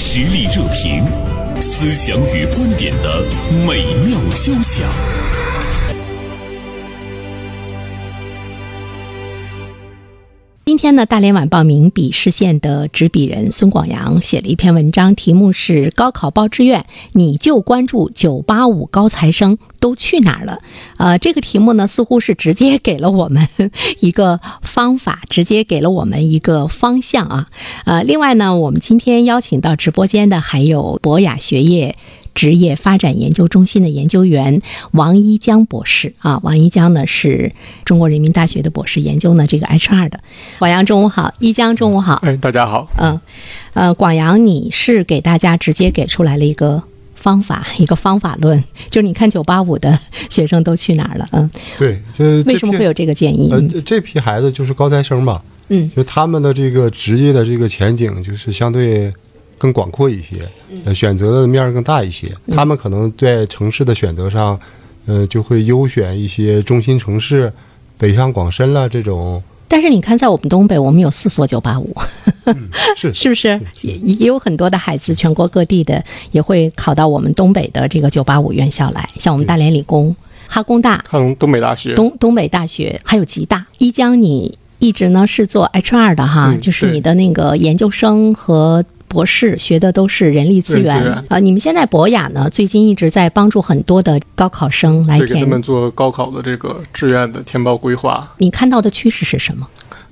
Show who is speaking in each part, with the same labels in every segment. Speaker 1: 实力热评，思想与观点的美妙交响。
Speaker 2: 今天呢，《大连晚报》名笔视线的执笔人孙广阳写了一篇文章，题目是《高考报志愿，你就关注985高材生都去哪儿了》。呃，这个题目呢，似乎是直接给了我们 一个方法，直接给了我们一个方向啊。呃，另外呢，我们今天邀请到直播间的还有博雅学业职业发展研究中心的研究员王一江博士啊，王一江呢是中国人民大学的博士，研究呢这个 HR 的。广阳中午好，一江中午好，
Speaker 3: 哎，大家好，
Speaker 2: 嗯，呃，广阳你是给大家直接给出来了一个方法， 一个方法论，就是你看九八五的学生都去哪儿了，嗯，
Speaker 3: 对，这
Speaker 2: 为什么会有这个建议？
Speaker 3: 呃
Speaker 2: 嗯
Speaker 3: 这这批孩子就是高材生吧？
Speaker 2: 嗯，
Speaker 3: 就他们的这个职业的这个前景就是相对更广阔一些，呃，选择的面儿更大一些。他们可能在城市的选择上，呃，就会优选一些中心城市、北上广深啦这种。
Speaker 2: 但是你看，在我们东北，我们有四所九八五，
Speaker 3: 是
Speaker 2: 是不是？也也有很多的孩子，全国各地的也会考到我们东北的这个九八五院校来，像我们大连理工、哈工大、
Speaker 4: 看东北大学，
Speaker 2: 东东北大学，还有吉大。一江你一直呢是做 HR 的哈，
Speaker 4: 嗯
Speaker 2: 就是
Speaker 4: 对
Speaker 2: 你的那个研究生和。博士学的都是人力资源
Speaker 4: 人力资
Speaker 2: 啊
Speaker 4: 源、
Speaker 2: 你们现在博雅呢，最近一直在帮助很多的高考生来
Speaker 4: 对给他
Speaker 2: 填。
Speaker 4: 们做高考的这个志愿的填报规划。
Speaker 2: 你看到的趋势是什么？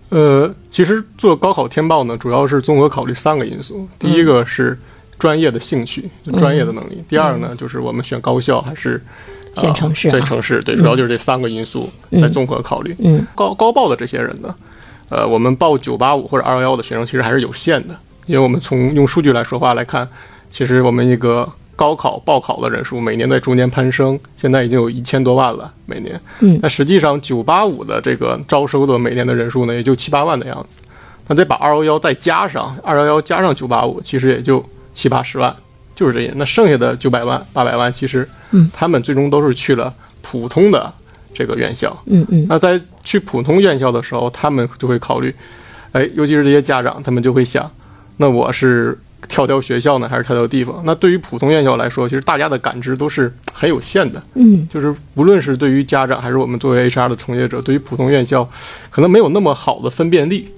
Speaker 4: 呃，其实做高考填报呢，主要是综合考虑三个因素，第
Speaker 2: 嗯
Speaker 4: 一个是专业的兴趣、就专业的能力；第二呢，就是我们选高校还是。呃
Speaker 2: 嗯选城市啊
Speaker 4: 对城市，对，主要就是这三个因素来综合考虑。
Speaker 2: 嗯嗯
Speaker 4: 高高报的这些人呢，呃，我们报九八五或者二幺幺的学生其实还是有限的，因为我们从用数据来说话来看，其实我们一个高考报考的人数每年在逐年攀升，现在已经有一千多万了每年。
Speaker 2: 嗯
Speaker 4: 那实际上九八五的这个招收的每年的人数呢，也就七八万的样子。那再把二幺幺再加上二幺幺加上九八五，其实也就七八十万，就是这些。那剩下的九百万、八百万，其实
Speaker 2: 嗯
Speaker 4: 他们最终都是去了普通的这个院校。
Speaker 2: 嗯嗯
Speaker 4: 那在去普通院校的时候，他们就会考虑，哎，尤其是这些家长，他们就会想，那我是跳跳学校呢，还是跳跳地方？那对于普通院校来说，其实大家的感知都是很有限的，
Speaker 2: 嗯
Speaker 4: 就是无论是对于家长，还是我们作为 HR 的从业者，对于普通院校，可能没有那么好的分辨力。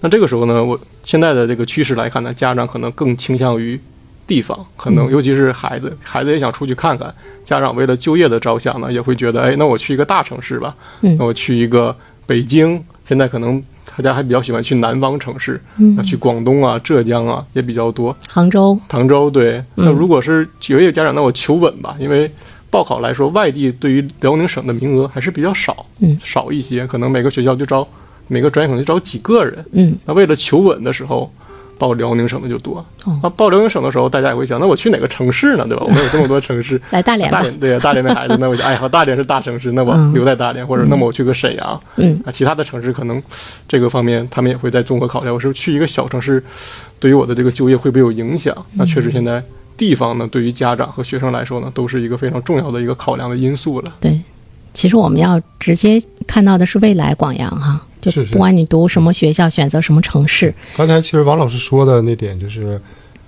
Speaker 4: 那这个时候呢，我现在的这个趋势来看呢，家长可能更倾向于地方，可能尤其是孩子，孩子也想出去看看。家长为了就业的着想呢，也会觉得，哎，那我去一个大城市吧，
Speaker 2: 嗯
Speaker 4: 那我去一个北京，现在可能大家还比较喜欢去南方城市，
Speaker 2: 嗯，
Speaker 4: 那去广东啊、浙江啊也比较多。
Speaker 2: 杭州，
Speaker 4: 唐州对，
Speaker 2: 嗯
Speaker 4: 那如果是有一些家长，那我求稳吧，因为报考来说，外地对于辽宁省的名额还是比较少，
Speaker 2: 嗯
Speaker 4: 少一些，可能每个学校就招每个专业可能就招几个人。
Speaker 2: 嗯
Speaker 4: 那为了求稳的时候，报辽宁省的就多。
Speaker 2: 哦
Speaker 4: 那报辽宁省的时候，大家也会想，那我去哪个城市呢？对吧？我们有这么多城市，
Speaker 2: 来大连吧
Speaker 4: 大连对大连的孩子，那我就哎好，大连是大城市，那我
Speaker 2: 嗯
Speaker 4: 留在大连，或者那么我去个沈阳，
Speaker 2: 嗯
Speaker 4: 啊，其他的城市可能这个方面他们也会在综合考量。我是去一个小城市，对于我的这个就业会不会有影响？那确
Speaker 2: 嗯
Speaker 4: 实现在地方呢，对于家长和学生来说呢，都是一个非常重要的一个考量的因素了。
Speaker 2: 对，其实我们要直接看到的是未来广阳哈，就是
Speaker 3: 是
Speaker 2: 不管你读什么学校，选择什么城市，
Speaker 3: 刚才其实王老师说的那点就是，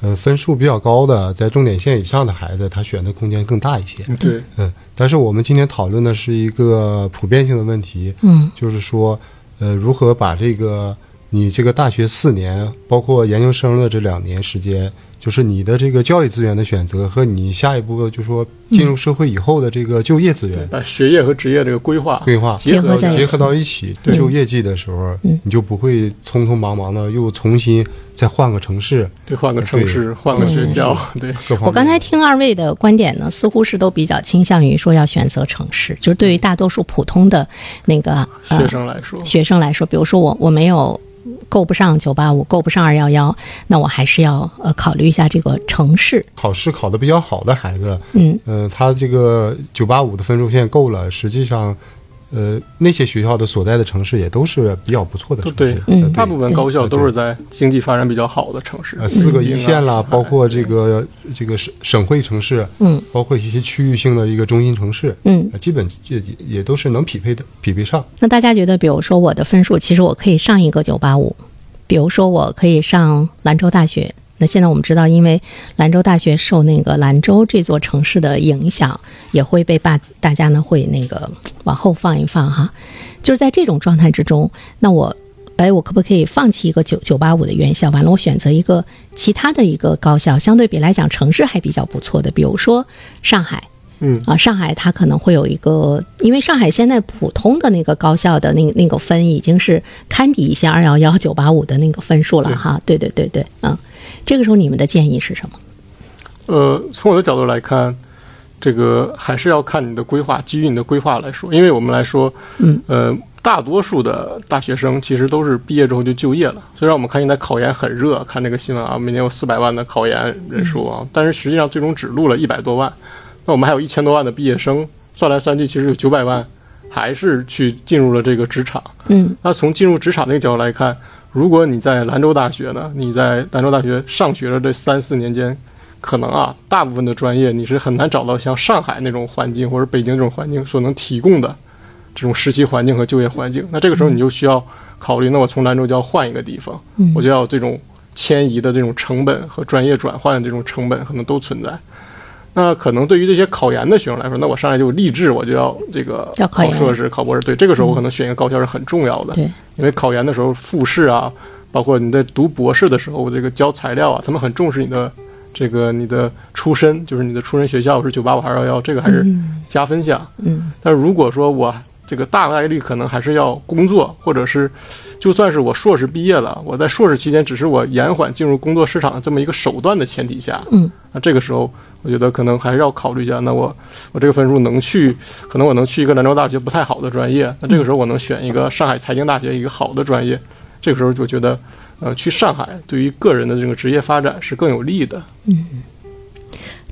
Speaker 3: 呃，分数比较高的，在重点线以上的孩子，他选择空间更大一些。
Speaker 4: 对，
Speaker 3: 嗯，但是我们今天讨论的是一个普遍性的问题，
Speaker 2: 嗯
Speaker 3: 就是说，呃，如何把这个你这个大学四年，包括研究生的这两年时间，就是你的这个教育资源的选择和你下一步就说进入社会以后的这个就业资
Speaker 4: 对，
Speaker 3: 源
Speaker 4: 把学业和职业这个规划
Speaker 3: 规划
Speaker 2: 结
Speaker 4: 结
Speaker 2: 合
Speaker 4: 合
Speaker 2: 在一起
Speaker 3: 结合到一起，
Speaker 4: 对
Speaker 3: 就业季的时候
Speaker 2: 嗯，
Speaker 3: 你就不会匆匆忙忙的又重新再换个城市，
Speaker 4: 对，换个城市，换个
Speaker 3: 嗯
Speaker 4: 学校，对。
Speaker 3: 各方面。
Speaker 2: 我刚才听二位的观点呢，似乎是都比较倾向于说要选择城市，就是对于大多数普通的那个
Speaker 4: 学
Speaker 2: 呃
Speaker 4: 生来说，
Speaker 2: 学生来说，比如说我我没有够不上九八五，够不上二幺幺，那我还是要呃考虑一下这个城市，
Speaker 3: 考试考得比较好的孩子，
Speaker 2: 嗯
Speaker 3: 呃，他这个九八五的分数线够了，实际上，呃，那些学校的所在的城市也都是比较不错的城市，
Speaker 4: 对
Speaker 2: 嗯
Speaker 3: 呃
Speaker 4: 大部分
Speaker 2: 对
Speaker 4: 高校都是在经济发展比较好的城市，
Speaker 3: 呃四个一线啦，
Speaker 4: 北京啊
Speaker 3: 包括这个这个省省会城市，
Speaker 2: 嗯
Speaker 3: 包括一些区域性的一个中心城市，
Speaker 2: 嗯。
Speaker 3: 呃基本也也也都是能匹配的，匹配上。
Speaker 2: 那大家觉得，比如说我的分数，其实我可以上一个九八五，比如说我可以上兰州大学，那现在我们知道，因为兰州大学受那个兰州这座城市的影响，也会被大大家呢会那个往后放一放哈。就是在这种状态之中，那我，哎，我可不可以放弃一个九九八五的院校？完了，我选择一个其他的一个高校，相对比来讲城市还比较不错的，比如说上海。
Speaker 4: 嗯
Speaker 2: 啊，上海它可能会有一个，因为上海现在普通的那个高校的那个那个分已经是堪比一些二幺幺九八五的那个分数了哈。对对对对，嗯，这个时候你们的建议是什么？
Speaker 4: 呃，从我的角度来看，这个还是要看你的规划，基于你的规划来说，因为我们来说，
Speaker 2: 嗯，
Speaker 4: 呃，大多数的大学生其实都是毕业之后就就业了。虽然我们看现在考研很热，看这个新闻啊，每年有四百万的考研人数啊，但是实际上最终只录了一百多万。那我们还有一千多万的毕业生，算来算去，其实有九百万还是去进入了这个职场。
Speaker 2: 嗯
Speaker 4: 那从进入职场那个角度来看，如果你在兰州大学呢，你在兰州大学上学的这三四年间，可能啊，大部分的专业你是很难找到像上海那种环境或者北京这种环境所能提供的这种实习环境和就业环境。那这个时候你就需要考虑，那我从兰州就要换一个地方，
Speaker 2: 嗯
Speaker 4: 我就要有这种迁移的这种成本和专业转换的这种成本可能都存在。那可能对于这些考研的学生来说，那我上来就立志我就要这个
Speaker 2: 要考
Speaker 4: 考
Speaker 2: 研
Speaker 4: 硕士、考博士。对，这个时候我可能选一个高校是很重要的。
Speaker 2: 对，
Speaker 4: 因为考研的时候复试啊，包括你在读博士的时候，这个交材料啊，他们很重视你的这个你的出身，就是你的出身学校是九八五还是幺幺，这个还是
Speaker 2: 嗯
Speaker 4: 加分项。
Speaker 2: 嗯
Speaker 4: 但是如果说我这个大概率可能还是要工作，或者是就算是我硕士毕业了，我在硕士期间只是我延缓进入工作市场的这么一个手段的前提下，
Speaker 2: 嗯，
Speaker 4: 那这个时候我觉得可能还是要考虑一下，那我我这个分数能去，可能我能去一个兰州大学不太好的专业，那这个时候我能选一个上海财经大学一个好的专业，这个时候就觉得。呃，去上海对于个人的这个职业发展是更有利的。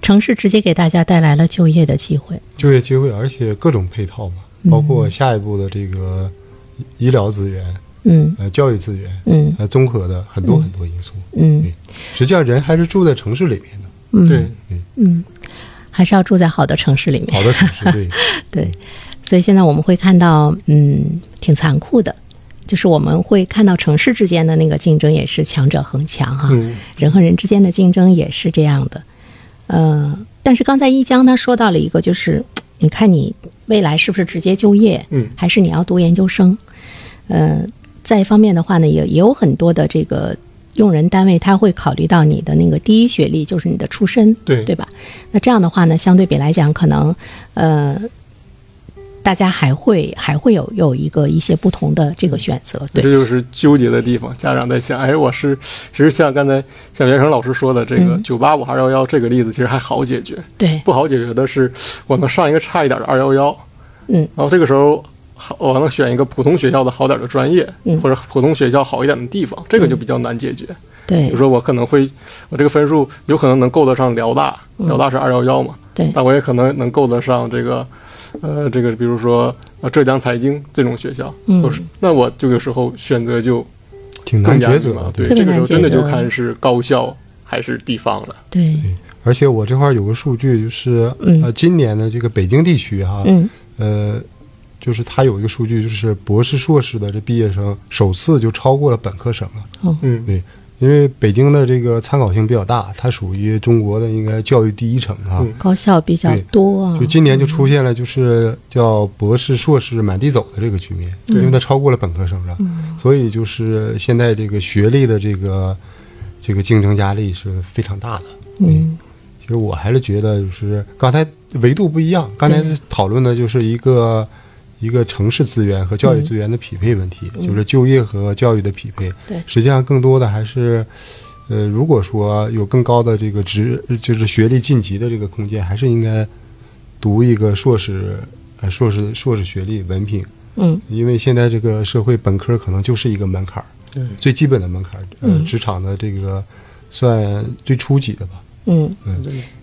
Speaker 2: 城市直接给大家带来了就业的机会。
Speaker 3: 就业机会，而且各种配套嘛，包括下一步的这个医疗资源、
Speaker 2: 嗯
Speaker 3: 呃教育资源，
Speaker 2: 嗯
Speaker 3: 呃综合的很多很多因素。
Speaker 2: 嗯
Speaker 3: 实际上，人还是住在城市里面的，
Speaker 2: 嗯，
Speaker 4: 对，
Speaker 2: 嗯，还是要住在好的城市里面。
Speaker 3: 好的城市对。
Speaker 2: 对，所以现在我们会看到，嗯，挺残酷的，就是我们会看到城市之间的那个竞争也是强者恒强哈、
Speaker 4: 嗯
Speaker 2: 人和人之间的竞争也是这样的。呃，但是刚才一江他说到了一个，就是你看你未来是不是直接就业，
Speaker 4: 嗯
Speaker 2: 还是你要读研究生？呃，再一方面的话呢，也也有很多的这个用人单位，他会考虑到你的那个第一学历，就是你的出身，
Speaker 4: 对
Speaker 2: 对吧？那这样的话呢，相对比来讲，可能呃，大家还会还会有有一个一些不同的
Speaker 4: 嗯
Speaker 2: 这个选择，对
Speaker 4: 这，就是纠结的地方。家长在想，哎，我是其实像刚才像袁成老师说的，这个
Speaker 2: 嗯
Speaker 4: 九八五还是幺幺这个例子，其实还好解决。
Speaker 2: 对，
Speaker 4: 不好解决的是，我能上一个差一点的二幺幺，
Speaker 2: 嗯，
Speaker 4: 然后这个时候好我能选一个普通学校的好点的专业，
Speaker 2: 嗯
Speaker 4: 或者普通学校好一点的地方，这个就比较难解决。比
Speaker 2: 对
Speaker 4: 如，说，我可能会我这个分数有可能能够得上辽大，辽大是二幺幺嘛，
Speaker 2: 嗯对，
Speaker 4: 但我也可能能够得上这个，呃，这个比如说呃浙江财经这种学校，
Speaker 2: 嗯
Speaker 4: 或是那我这个时候选择就
Speaker 3: 挺
Speaker 4: 更
Speaker 3: 难
Speaker 4: 加
Speaker 3: 抉
Speaker 4: 迷
Speaker 3: 择啊的
Speaker 4: 茫。对，
Speaker 2: 特别
Speaker 4: 这个时
Speaker 2: 难
Speaker 4: 候
Speaker 2: 抉
Speaker 4: 真的就
Speaker 2: 择嗯
Speaker 4: 看是高校还是地方了。
Speaker 2: 对，
Speaker 3: 而且我这块儿有个数据，就是、
Speaker 2: 嗯
Speaker 3: 呃，今年的这个北京地区哈，
Speaker 2: 嗯
Speaker 3: 呃，就是它有一个数据，就是博士、硕士的这毕业生首次就超过了本科生了。
Speaker 4: 嗯
Speaker 3: 对，因为北京的这个参考性比较大，它属于中国的应该教育第一城啊。
Speaker 4: 嗯
Speaker 2: 高校比较
Speaker 3: 对
Speaker 2: 多啊
Speaker 3: 就，今年就出现了，就是叫博士、硕士满地走的这个局面，因为它超过了本科生了，所以就是现在这个学历的这个这个竞争压力是非常大的。
Speaker 2: 嗯
Speaker 3: 其实我还是觉得，就是刚才维度不一样，刚才讨论的就是一个一个城市资源和教育资源的匹配问题，就是就业和教育的匹配。
Speaker 2: 嗯对
Speaker 3: 实际上更多的还是，呃，如果说有更高的这个职，就是学历晋级的这个空间，还是应该读一个硕士，呃，硕士硕士学历文凭，
Speaker 2: 嗯
Speaker 3: 因为现在这个社会本科可能就是一个门槛儿，
Speaker 4: 对
Speaker 3: 最基本的门槛儿，呃，
Speaker 2: 嗯
Speaker 3: 职场的这个算最初级的吧。
Speaker 2: 嗯，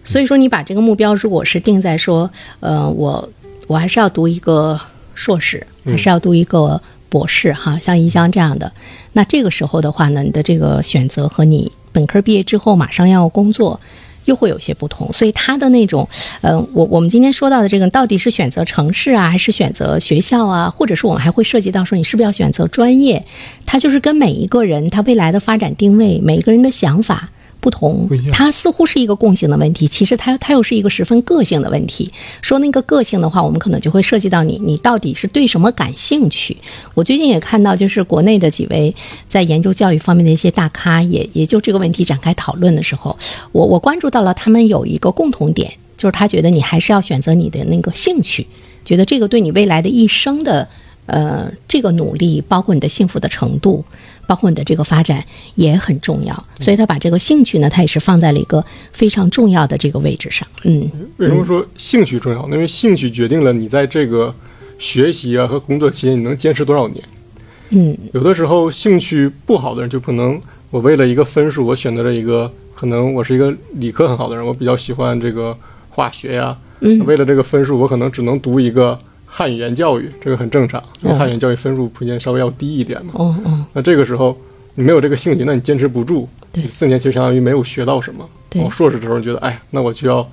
Speaker 2: 所以说你把这个目标如果是定在说，呃，我我还是要读一个硕士，
Speaker 3: 嗯
Speaker 2: 还是要读一个博士哈，像一江这样的，那这个时候的话呢，你的这个选择和你本科毕业之后马上要工作。又会有些不同，所以他的那种，呃，我我们今天说到的这个，到底是选择城市啊，还是选择学校啊，或者是我们还会涉及到说，你是不是要选择专业？它就是跟每一个人他未来的发展定位、每一个人的想法不同
Speaker 3: 不一，样
Speaker 2: 它似乎是一个共性的问题，其实它它又是一个十分个性的问题。说那个个性的话，我们可能就会涉及到你，你到底是对什么感兴趣？我最近也看到，就是国内的几位在研究教育方面的一些大咖也，也就这个问题展开讨论的时候，我我关注到了他们有一个共同点，就是他觉得你还是要选择你的那个兴趣，觉得这个对你未来的一生的呃这个努力，包括你的幸福的程度，包括你的这个发展也很重要。所以他把这个兴趣呢，他也是放在了一个非常重要的这个位置上。嗯
Speaker 4: 为什么说兴趣重要？呢？因为兴趣决定了你在这个学习啊和工作期间你能坚持多少年。
Speaker 2: 嗯
Speaker 4: 有的时候兴趣不好的人，就可能我为了一个分数，我选择了一个可能我是一个理科很好的人，我比较喜欢这个化学呀、
Speaker 2: 嗯
Speaker 4: 为了这个分数，我可能只能读一个汉语言教育，这个很正常，因为汉语言教育分数普遍稍微要低一点嘛。
Speaker 2: 哦哦，
Speaker 4: 那这个时候你没有这个兴趣，那你坚持不住，
Speaker 2: 对
Speaker 4: 你四年其实相当于没有学到什么。
Speaker 2: 对
Speaker 4: 我硕士的时候觉得，哎，那我需要，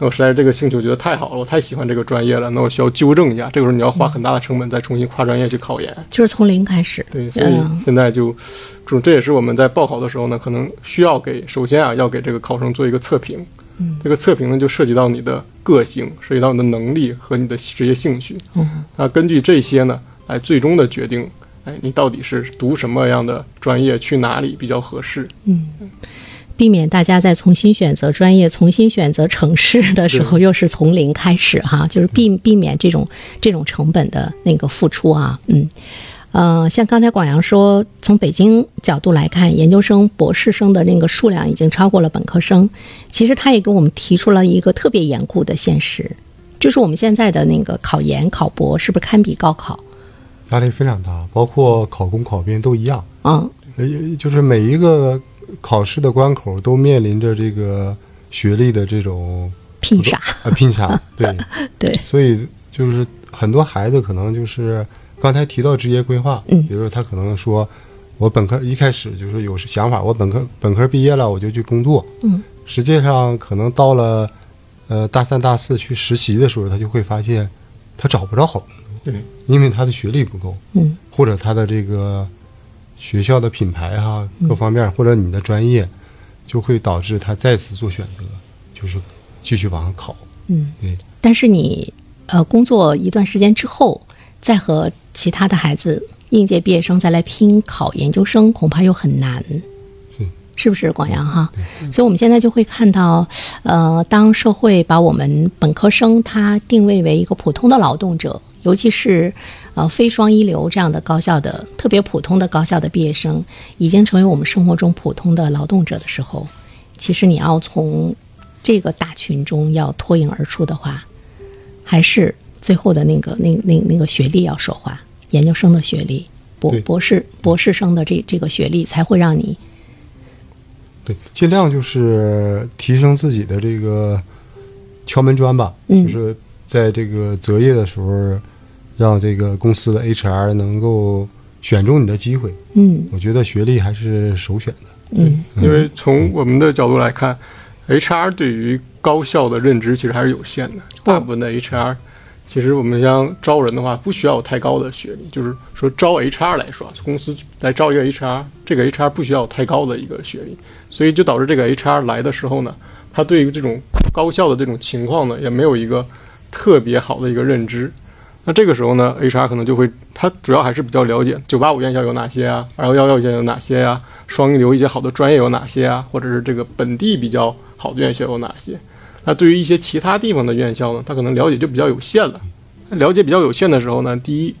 Speaker 4: 那我实在是这个兴趣我觉得太好了，我太喜欢这个专业了，那我需要纠正一下。这个时候你要
Speaker 2: 嗯
Speaker 4: 花很大的成本再重新跨专业去考研。
Speaker 2: 就是从零开始。
Speaker 4: 对，所以
Speaker 2: 嗯
Speaker 4: 现在就，这这也是我们在报考的时候呢，可能需要给首先啊要给这个考生做一个测评。
Speaker 2: 嗯
Speaker 4: 这个测评呢，就涉及到你的个性，涉及到你的能力和你的职业兴趣。
Speaker 2: 嗯
Speaker 4: 那根据这些呢，来最终的决定，哎，你到底是读什么样的专业，去哪里比较合适？
Speaker 2: 避免大家在重新选择专业、重新选择城市的时候，又是从零开始哈、就是避避免这种这种成本的那个付出啊，嗯。呃，像刚才广阳说，从北京角度来看，研究生、博士生的那个数量已经超过了本科生。其实他也给我们提出了一个特别严酷的现实，就是我们现在的那个考研、考博是不是堪比高考？
Speaker 3: 压力非常大，包括考公考编都一样。
Speaker 2: 嗯
Speaker 3: 呃，就是每一个考试的关口都面临着这个学历的这种
Speaker 2: 拼杀，
Speaker 3: 啊 拼杀，对，
Speaker 2: 对，
Speaker 3: 所以就是很多孩子可能就是刚才提到职业规划，
Speaker 2: 嗯
Speaker 3: 比如说他可能说，我本科一开始就是有想法，我本科本科毕业了我就去工作，
Speaker 2: 嗯，
Speaker 3: 实际上可能到了呃大三大四去实习的时候，他就会发现他找不着好工作，
Speaker 4: 对，
Speaker 3: 因为他的学历不够，
Speaker 2: 嗯
Speaker 3: 或者他的这个学校的品牌哈、
Speaker 2: 嗯
Speaker 3: 各方面，或者你的专业，就会导致他再次做选择，就是继续往上考。哎
Speaker 2: 嗯。
Speaker 3: 对，
Speaker 2: 但是你呃工作一段时间之后，再和其他的孩子应届毕业生再来拼考研究生，恐怕又很难。是不是广阳哈？所以我们现在就会看到，呃，当社会把我们本科生他定位为一个普通的劳动者，尤其是呃非双一流这样的高校的特别普通的高校的毕业生，已经成为我们生活中普通的劳动者的时候，其实你要从这个大群中要脱颖而出的话，还是最后的那个那那那个学历要说话，研究生的学历。博
Speaker 3: 对
Speaker 2: 博士博士生的这这个学历才会让你
Speaker 3: 对，尽量就是提升自己的这个敲门砖吧，
Speaker 2: 嗯
Speaker 3: 就是在这个择业的时候，让这个公司的 HR 能够选中你的机会。
Speaker 2: 嗯
Speaker 3: 我觉得学历还是首选的。
Speaker 2: 嗯
Speaker 4: 因为从我们的角度来看，HR 对于高校的认知其实还是有限的。大部分的 HR，其实我们像招人的话，不需要有太高的学历，就是说招 HR 来说，公司来招一个 HR，这个 HR 不需要有太高的一个学历，所以就导致这个 HR 来的时候呢，他对于这种高校的这种情况呢，也没有一个特别好的一个认知。那这个时候呢，HR 可能就会，他主要还是比较了解九八五院校有哪些啊，二幺幺院校有哪些啊，双一流一些好的专业有哪些啊，或者是这个本地比较好的院校有哪些。那对于一些其他地方的院校呢，他可能了解就比较有限了。了解比较有限的时候呢，第一，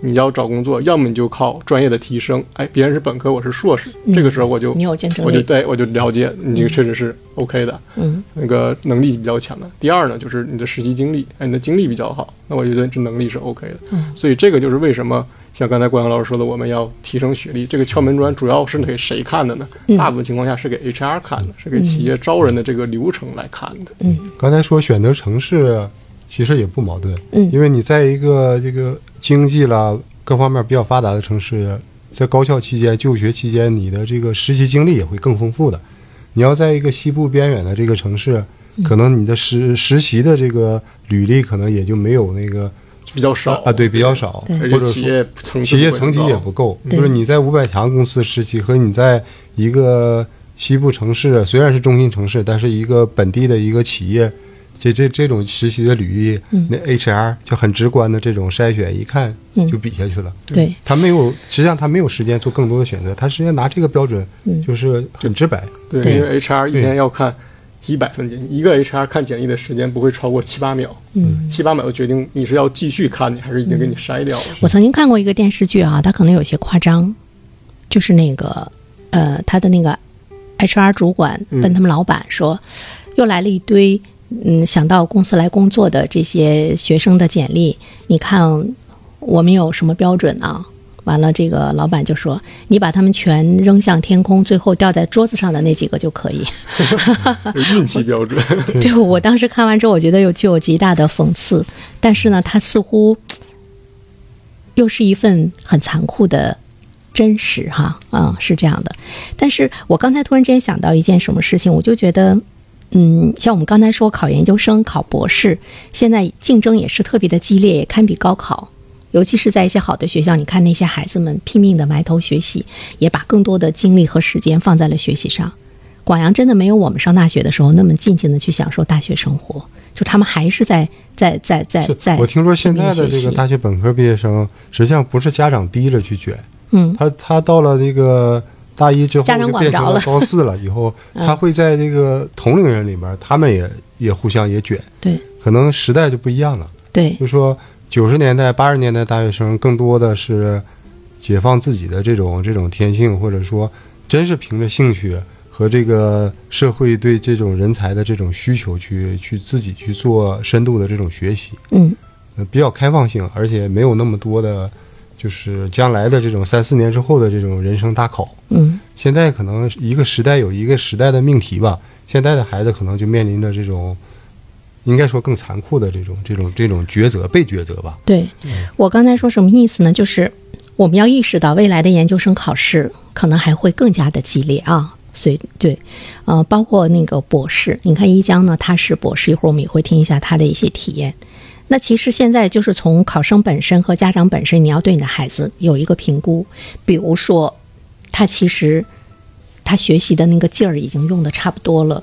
Speaker 4: 你要找工作，要么你就靠专业的提升，哎，别人是本科，我是硕士，这个时候我就
Speaker 2: 你有竞争
Speaker 4: 我就
Speaker 2: 力，
Speaker 4: 对我就了解你这个确实是 OK 的，
Speaker 2: 嗯，
Speaker 4: 那个能力比较强的。第二呢，就是你的实习经历，哎，你的经历比较好，那我觉得这能力是 OK 的。
Speaker 2: 嗯，
Speaker 4: 所以这个就是为什么像刚才关阳老师说的，我们要提升学历，这个敲门砖主要是给谁看的呢？大部分情况下是给 HR 看的，是给企业招人的这个流程来看的。
Speaker 3: 刚才说选择城市，其实也不矛盾，
Speaker 2: 嗯
Speaker 3: 因为你在一个这个经济啦各方面比较发达的城市，在高校期间、就学期间，你的这个实习经历也会更丰富的。你要在一个西部边远的这个城市，
Speaker 2: 嗯
Speaker 3: 可能你的实实习的这个履历可能也就没有那个
Speaker 4: 比较少
Speaker 3: 啊，对，比较少，
Speaker 2: 对
Speaker 4: 而且
Speaker 3: 或者
Speaker 4: 企
Speaker 3: 说
Speaker 4: 业层
Speaker 3: 企业层级也
Speaker 4: 不
Speaker 3: 不够，
Speaker 2: 对
Speaker 3: 就是你在五百强公司实习和你在一个西部城市，虽然是中心城市，但是一个本地的一个企业，这这这种实习的履历，那 HR 就很直观的这种筛选，一看
Speaker 2: 嗯
Speaker 3: 就比下去了。
Speaker 2: 对，
Speaker 3: 他没有，实际上他没有时间做更多的选择，他实际上拿这个标准
Speaker 2: 嗯
Speaker 3: 就是很直白。
Speaker 4: 对，
Speaker 2: 对
Speaker 4: 因为 HR 一天要看几百份简历，一个 HR 看简历的时间不会超过七八秒，
Speaker 2: 嗯。
Speaker 4: 七八秒就决定你是要继续看你，还是已经给你筛掉了。
Speaker 2: 嗯我曾经看过一个电视剧啊，它可能有些夸张，就是那个呃，他的那个 HR 主管
Speaker 4: 嗯
Speaker 2: 问他们老板说，又来了一堆嗯想到公司来工作的这些学生的简历，你看我们有什么标准啊？完了，这个老板就说：“你把他们全扔向天空，最后掉在桌子上的那几个就可以。”
Speaker 4: 有运气标准，
Speaker 2: 对，我当时看完之后，我觉得又具有极大的讽刺，但是呢，它似乎又是一份很残酷的真实哈，嗯，是这样的。但是我刚才突然之间想到一件什么事情，我就觉得，嗯，像我们刚才说考研究生、考博士，现在竞争也是特别的激烈，也堪比高考。尤其是在一些好的学校，你看那些孩子们拼命的埋头学习，也把更多的精力和时间放在了学习上。广阳真的没有我们上大学的时候那么尽情的去享受大学生活，就他们还是在在在在
Speaker 3: 是
Speaker 2: 在
Speaker 3: 我听说现在的
Speaker 2: 拼命学
Speaker 3: 这
Speaker 2: 习
Speaker 3: 个大学本科毕业生，实际上不是家长逼着去卷，
Speaker 2: 嗯
Speaker 3: 他他到了这个大一之后
Speaker 2: 家长
Speaker 3: 就
Speaker 2: 管不
Speaker 3: 变成
Speaker 2: 着了嗯
Speaker 3: 了高四了，以后 他会在这个同龄人里面，他们也也互相也卷，
Speaker 2: 对
Speaker 3: 可能时代就不一样了。
Speaker 2: 对
Speaker 3: 就说九十年代、八十年代大学生更多的是解放自己的这种这种天性，或者说真是凭着兴趣和这个社会对这种人才的这种需求去去自己去做深度的这种学习，
Speaker 2: 嗯
Speaker 3: 呃比较开放性，而且没有那么多的，就是将来的这种三四年之后的这种人生大考。
Speaker 2: 嗯
Speaker 3: 现在可能一个时代有一个时代的命题吧，现在的孩子可能就面临着这种，应该说更残酷的这种这种这种抉择被抉择吧。
Speaker 2: 对，我刚才说什么意思呢？就是我们要意识到未来的研究生考试可能还会更加的激烈啊。所以对，呃，包括那个博士，你看一江呢，他是博士，一会儿我们也会听一下他的一些体验。那其实现在就是从考生本身和家长本身，你要对你的孩子有一个评估，比如说他其实他学习的那个劲儿已经用的差不多了。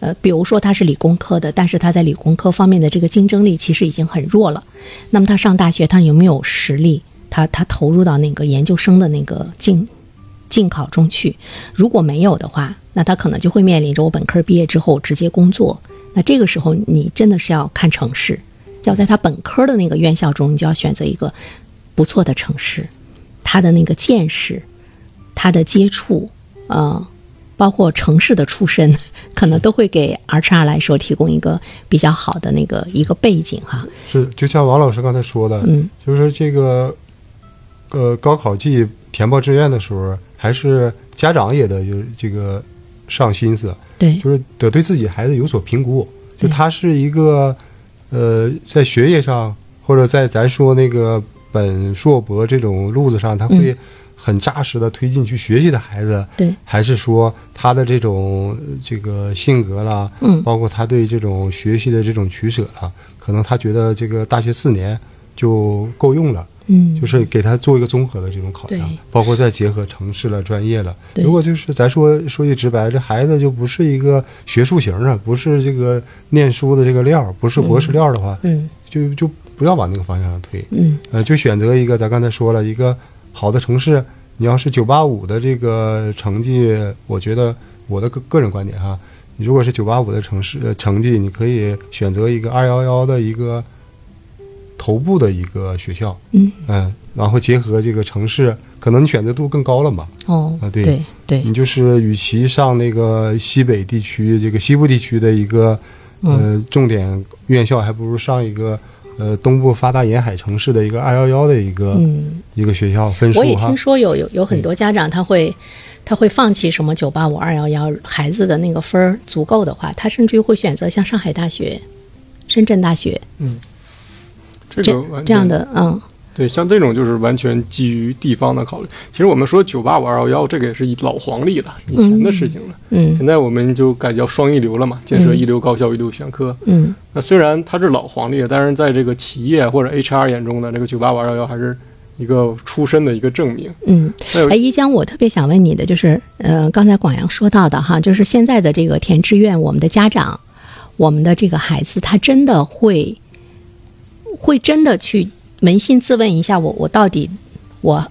Speaker 2: 呃，比如说他是理工科的，但是他在理工科方面的这个竞争力其实已经很弱了。那么他上大学，他有没有实力？他他投入到那个研究生的那个竞竞考中去？如果没有的话，那他可能就会面临着我本科毕业之后直接工作。那这个时候，你真的是要看城市，要在他本科的那个院校中，你就要选择一个不错的城市，他的那个见识，他的接触，呃，包括城市的出身，可能都会给 HR 来说提供一个比较好的那个一个背景哈。
Speaker 3: 是，就像王老师刚才说的，
Speaker 2: 嗯
Speaker 3: 就是这个，呃，高考季填报志愿的时候，还是家长也得就是这个上心思，
Speaker 2: 对，
Speaker 3: 就是得对自己孩子有所评估。就
Speaker 2: 对
Speaker 3: 他是一个，呃，在学业上或者在咱说那个本硕博这种路子上，他
Speaker 2: 嗯
Speaker 3: 会很扎实的推进去学习的孩子，
Speaker 2: 对
Speaker 3: 还是说他的这种呃这个性格啦，
Speaker 2: 嗯
Speaker 3: 包括他对这种学习的这种取舍啦，可能他觉得这个大学四年就够用了。
Speaker 2: 嗯，
Speaker 3: 就是给他做一个综合的这种考量
Speaker 2: 对，
Speaker 3: 包括再结合城市了、专业了。
Speaker 2: 对
Speaker 3: 如果就是咱说说句直白，这孩子就不是一个学术型的，不是这个念书的这个料，不是博士料的话，
Speaker 2: 嗯
Speaker 3: 就就不要往那个方向上推。
Speaker 2: 嗯
Speaker 3: 呃，就选择一个咱刚才说了一个好的城市，你要是九八五的这个成绩，我觉得我的个个人观点哈，你如果是九八五的城市、呃、成绩，你可以选择一个二幺幺的一个头部的一个学校，
Speaker 2: 嗯
Speaker 3: 嗯，然后结合这个城市，可能你选择度更高了嘛，
Speaker 2: 哦
Speaker 3: 啊对
Speaker 2: 对对
Speaker 3: 你就是与其上那个西北地区这个西部地区的一个呃
Speaker 2: 嗯
Speaker 3: 重点院校，还不如上一个。呃，东部发达沿海城市的一个二幺幺的一个、
Speaker 2: 嗯，
Speaker 3: 一个学校分数
Speaker 2: 我也
Speaker 3: 呃哈嗯
Speaker 2: 听，说有有有很多家长他会。他会放弃什么九八五二幺幺，孩子的那个分儿足够的话，他甚至于会选择像上海大学、深圳大学
Speaker 4: 这
Speaker 2: 这
Speaker 4: 个完全
Speaker 2: 这样的，嗯
Speaker 4: 对，像这种就是完全基于地方的考虑。其实我们说九八五二幺幺，这个也是老黄历了，以前的事情了。
Speaker 2: 嗯
Speaker 4: 现在我们就改叫双一流了嘛，建设
Speaker 2: 嗯
Speaker 4: 一流高校、一流选科。
Speaker 2: 嗯
Speaker 4: 那虽然它是老黄历，但是在这个企业或者 HR 眼中呢，这个九八五二幺幺还是一个出身的一个证明。
Speaker 2: 嗯，
Speaker 4: 还有
Speaker 2: 哎，一江，我特别想问你的就是，呃，刚才广阳说到的哈，就是现在的这个填志愿，我们的家长，我们的这个孩子，他真的会，会真的去扪心自问一下我，我到底我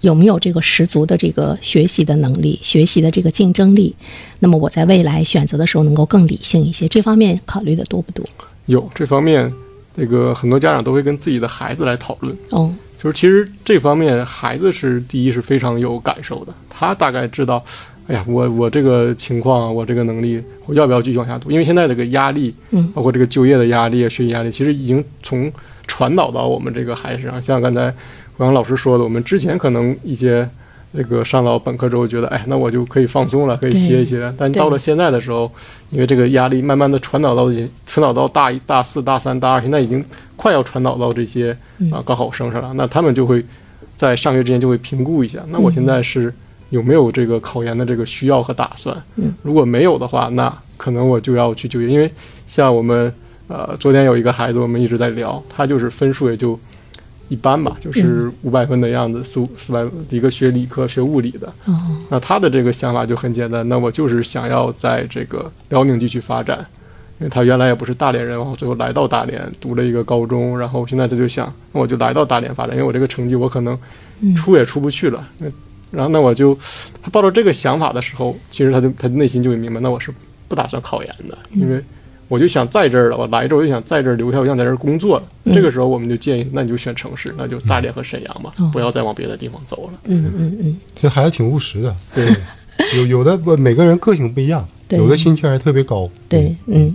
Speaker 2: 有没有这个十足的这个学习的能力，学习的这个竞争力？那么我在未来选择的时候能够更理性一些，这方面考虑的多不多？
Speaker 4: 有这方面，这个很多家长都会跟自己的孩子来讨论。
Speaker 2: 哦，
Speaker 4: 就是其实这方面，孩子是第一是非常有感受的，他大概知道，哎呀，我我这个情况，我这个能力，我要不要继续往下读？因为现在这个压力，
Speaker 2: 嗯
Speaker 4: 包括这个就业的压力、啊学习压力，其实已经从传导到我们这个孩子身上。像刚才国阳老师说的，我们之前可能一些那个上到本科之后，觉得哎，那我就可以放松了，可以
Speaker 2: 对
Speaker 4: 歇一歇了。但到了现在的时候，因为这个压力慢慢的传导到这传导到大一、大四、大三、大二，现在已经快要传导到这些
Speaker 2: 嗯
Speaker 4: 啊高考生上了。那他们就会在上学之前就会评估一下，那我现
Speaker 2: 嗯
Speaker 4: 在是有没有这个考研的这个需要和打算？
Speaker 2: 嗯，
Speaker 4: 如果没有的话，那可能我就要去就业，因为像我们呃昨天有一个孩子，我们一直在聊，他就是分数也就。一般吧，
Speaker 2: 嗯
Speaker 4: 就是五百分的样子，四五四百一个学理科、学物理的，
Speaker 2: 哦，
Speaker 4: 那他的这个想法就很简单，那我就是想要在这个辽宁地区发展，因为他原来也不是大连人，然后最后来到大连读了一个高中，然后现在他就想，那我就来到大连发展，因为我这个成绩我可能
Speaker 2: 嗯
Speaker 4: 出也出不去了。那然后那我就他抱着这个想法的时候，其实他就他内心就会明白，那我是不打算考研的，
Speaker 2: 嗯
Speaker 4: 因为我就想在这儿了，我来这儿我就想在这儿留下，我想在这儿工作了。
Speaker 2: 嗯
Speaker 4: 这个时候我们就建议，那你就选城市，那就大连和沈阳吧，
Speaker 2: 哦
Speaker 4: 不要再往别的地方走了。
Speaker 2: 嗯嗯嗯，
Speaker 3: 其实孩子挺务实的，对，有有的不每个人个性不一样，
Speaker 2: 对
Speaker 3: 有的心气儿还特别高，
Speaker 2: 对，嗯。